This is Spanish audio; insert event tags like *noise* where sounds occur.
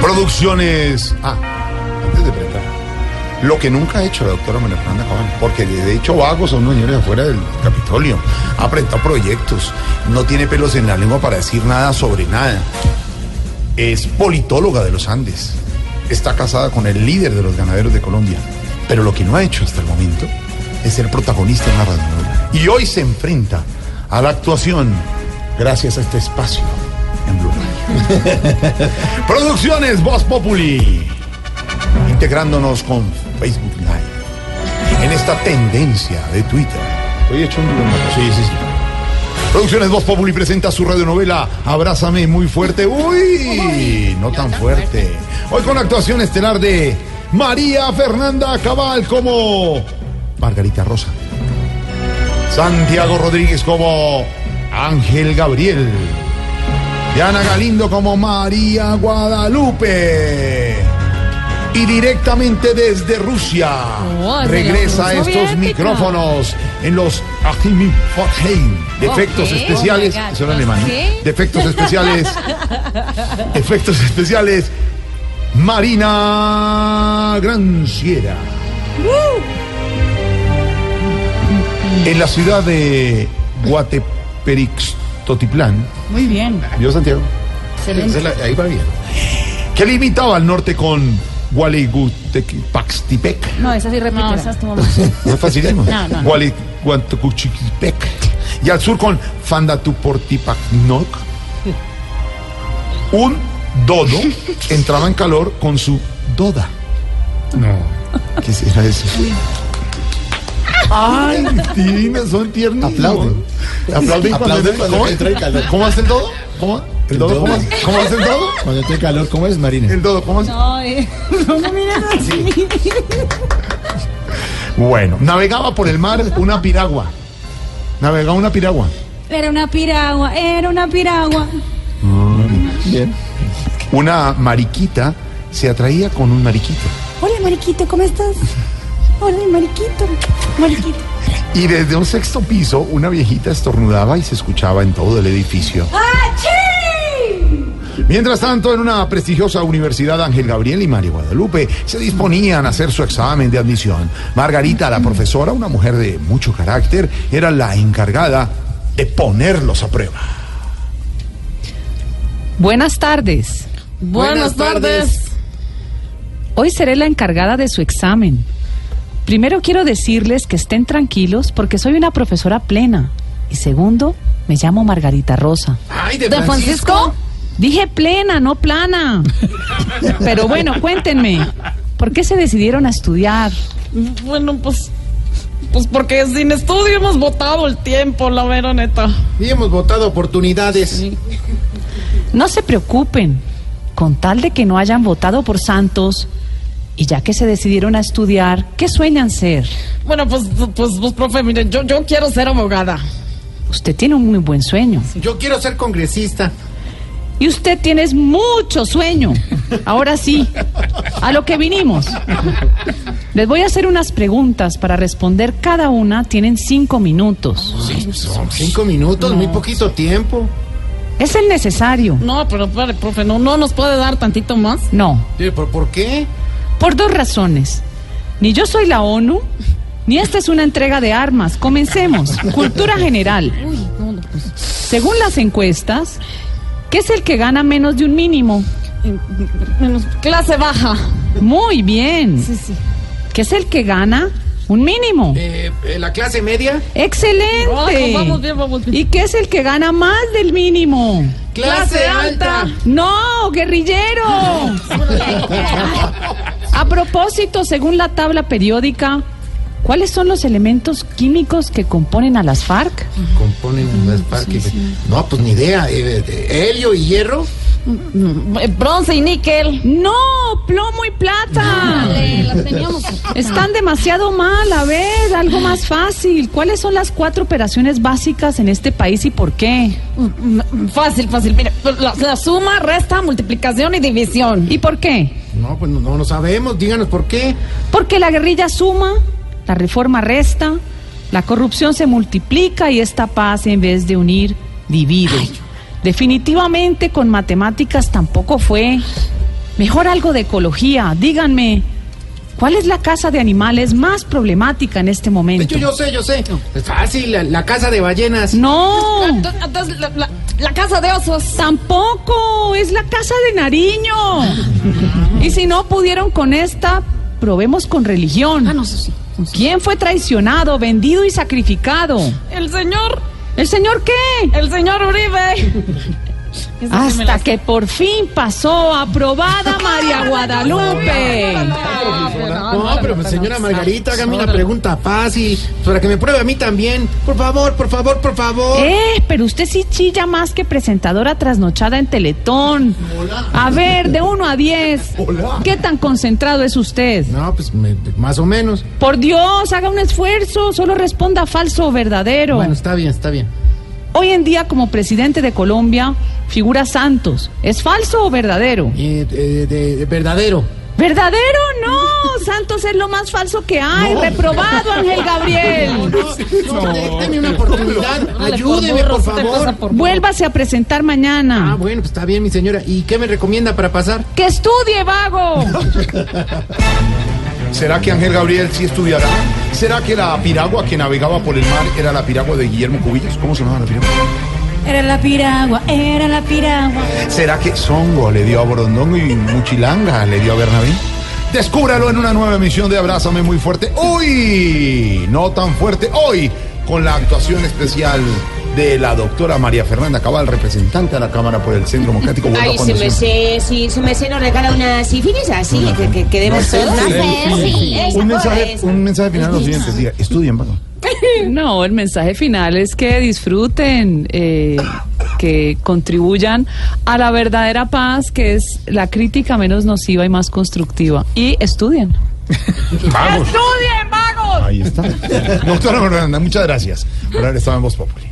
Producciones. Ah, antes de preguntar. Lo que nunca ha hecho la doctora María Fernanda Cabal, porque de hecho vagos son unos señores afuera del Capitolio. Ha presentado proyectos, no tiene pelos en la lengua para decir nada sobre nada. Es politóloga de los Andes. Está casada con el líder de los ganaderos de Colombia. Pero lo que no ha hecho hasta el momento es ser protagonista en la radio. Y hoy se enfrenta a la actuación gracias a este espacio en Blue Radio. Producciones Voz Populi, integrándonos con Facebook Live en esta tendencia de Twitter. Hoy he hecho un Sí, sí, sí. Producciones Voz Populi presenta su radionovela Abrázame muy fuerte. Uy, no tan fuerte. Hoy con actuación estelar de María Fernanda Cabal como Margarita Rosa. Santiago Rodríguez como Ángel Gabriel. Diana Galindo como María Guadalupe. Y directamente desde Rusia Oh, señor regresa a Ruso estos soviético. micrófonos en los Achim Fotheim. Defectos Ok. especiales. Oh my God. Eso era alemán. ¿no? ¿Qué? *laughs* Defectos especiales. efectos especiales. Marina Granciera. En la ciudad de Guateperixtotitlán. Muy bien. Yo, Santiago. Excelente. Esa es la- ahí va bien. Que limitaba al norte con Gualegutepaxtipec. No, esa sí repítela. No, esa estuvo *laughs* mal. No es facilísimo. No, no, no. Gualeguantecuchipec. Y al sur con Fandatuportipacnoc. Un dodo entraba en calor con su doda. No. ¿Qué será eso? Ay, divinas, son tiernos. Aplauden. Aplauden, cuando Aplauden entra- cuando ¿cómo? entra el calor. ¿Cómo hace el dodo? ¿Cómo? ¿El El dodo? dodo. ¿Cómo hace, ¿Cómo hace el dodo? Cuando tiene calor, ¿cómo es, Marina? El dodo, ¿cómo hace? No, eh, *laughs* no, no, mira. Bueno, navegaba por el mar una piragua. Navegaba una piragua. Era una piragua, era una piragua. Bien. Una mariquita se atraía con un mariquito. Hola, Mariquito, ¿cómo *laughs* estás? Hola, Mariquito. Mariquito. Y desde un sexto piso, una viejita estornudaba y se escuchaba en todo el edificio. ¡Ah, ¡Achí! Mientras tanto, en una prestigiosa universidad, Ángel Gabriel y María Guadalupe se disponían a hacer su examen de admisión. Margarita, la profesora, una mujer de mucho carácter, era la encargada de ponerlos a prueba. Buenas tardes. Buenas tardes. Hoy seré la encargada de su examen. Primero quiero decirles que estén tranquilos porque soy una profesora plena. Y segundo, me llamo Margarita Rosa. ¡Ay, de, Dije plena, *laughs* no plana. Pero bueno, cuéntenme, ¿por qué se decidieron a estudiar? Bueno, pues. Pues porque sin estudio hemos votado el tiempo, la mera neta. Y hemos votado oportunidades. No se preocupen, con tal de que no hayan votado por Santos. Y ya que se decidieron a estudiar, ¿qué sueñan ser? Bueno, pues, pues, pues, profe, miren, yo, yo quiero ser abogada. Usted tiene un muy buen sueño. Yo quiero ser congresista. Y usted tiene es mucho sueño. Ahora sí, a lo que vinimos. Les voy a hacer unas preguntas para responder cada una. Tienen cinco minutos. Son cinco minutos, muy poquito tiempo. ¿Es el necesario? No, pero, espere, profe, no, no nos puede dar tantito más. No. Sí, ¿Pero por qué? Por dos razones. Ni yo soy la ONU, ni esta es una entrega de armas. Comencemos. Cultura general. Según las encuestas, ¿qué es el que gana menos de un mínimo? Eh, Menos clase baja. Muy bien. Sí, sí. ¿Qué es el que gana un mínimo? Eh, eh, ¿La clase media? ¡Excelente! Ay, pues vamos bien, vamos bien. ¿Y qué es el que gana más del mínimo? Clase alta. ¡No, guerrillero! A propósito, según la tabla periódica, ¿cuáles son los elementos químicos que componen a las FARC? Componen las parques. No, pues ni idea. eh, eh, helio y hierro. Mm, eh, Bronce y níquel. ¡No, plomo y plata! las teníamos. Están demasiado mal, a ver, algo más fácil. ¿Cuáles son las cuatro operaciones básicas en este país y por qué? Mm, Fácil, fácil. Mire, pues, la, la suma, resta, multiplicación y división. ¿Y por qué? No, pues no, no, no sabemos. Díganos por qué. Porque la guerrilla suma, la reforma resta, la corrupción se multiplica y esta paz en vez de unir divide. Definitivamente con matemáticas tampoco fue. Mejor algo de ecología. Díganme, ¿cuál es la casa de animales más problemática en este De momento? hecho, yo sé, yo sé. Es fácil, la, la casa de ballenas. No, Entonces, Ah, entonces, la, la- la casa de osos. tampoco. Es la casa de Nariño. Y si no pudieron con esta, probemos con Ah, no, religión. eso sí. eso sí. ¿Quién fue traicionado, vendido y sacrificado? El señor, ¿El señor qué? el señor *laughs* Uribe. Esa sí me la Hasta que por fin pasó aprobada *laughs* María Guadalupe. No, Ah, pero pues, señora Margarita, hágame una pregunta fácil para que me pruebe a mí también. Por favor, por favor, por favor. Eh, pero usted sí chilla más que presentadora trasnochada en Teletón. A ver, de 1 a 10, Hola. ¿qué tan concentrado es usted? No, pues me- más o menos. Por Dios, haga un esfuerzo, solo responda falso o verdadero. Bueno, está bien, está bien. Hoy en día como presidente de Colombia figura Santos. ¿Es falso o verdadero? Eh, eh, de- de verdadero. ¿Verdadero? No, Santos es lo más falso que hay. No. Reprobado, Ángel Gabriel. No, déme una oportunidad. Ayúdeme, por burro, te pasa favor. por- Vuélvase a presentar Ah, mañana. bueno, pues está bien, mi señora. ¿Y qué me recomienda para pasar? Que estudie, vago. ¿Será que Ángel Gabriel sí estudiará? ¿Será que la piragua que navegaba por el mar era la piragua de Guillermo Cubillos? ¿Cómo se llamaba la piragua? Era la piragua, era la piragua. ¿Será que Songo le dio a Borondongo y Muchilanga le dio a Bernabé? Descúbralo en una nueva emisión de Abrázame Muy Fuerte. Uy, no tan fuerte hoy, con la actuación especial de la doctora María Fernanda Cabal, representante a la Cámara por el Centro Democrático. Vuelva Ay, cuando su merced, si su merced nos regala una sífilis así, que, que quedemos todos. siempre. Esa Un cosa, mensaje, esa. un mensaje final a los siguientes. Diga, estudien, vago. *laughs* No, el mensaje final es que disfruten, eh, que contribuyan a la verdadera paz, que es la crítica menos nociva y más constructiva. Y estudien. Vamos. ¡Estudien, vagos! *laughs* Ahí está. Doctora Fernanda, muchas gracias por haber estado en Voz Populi.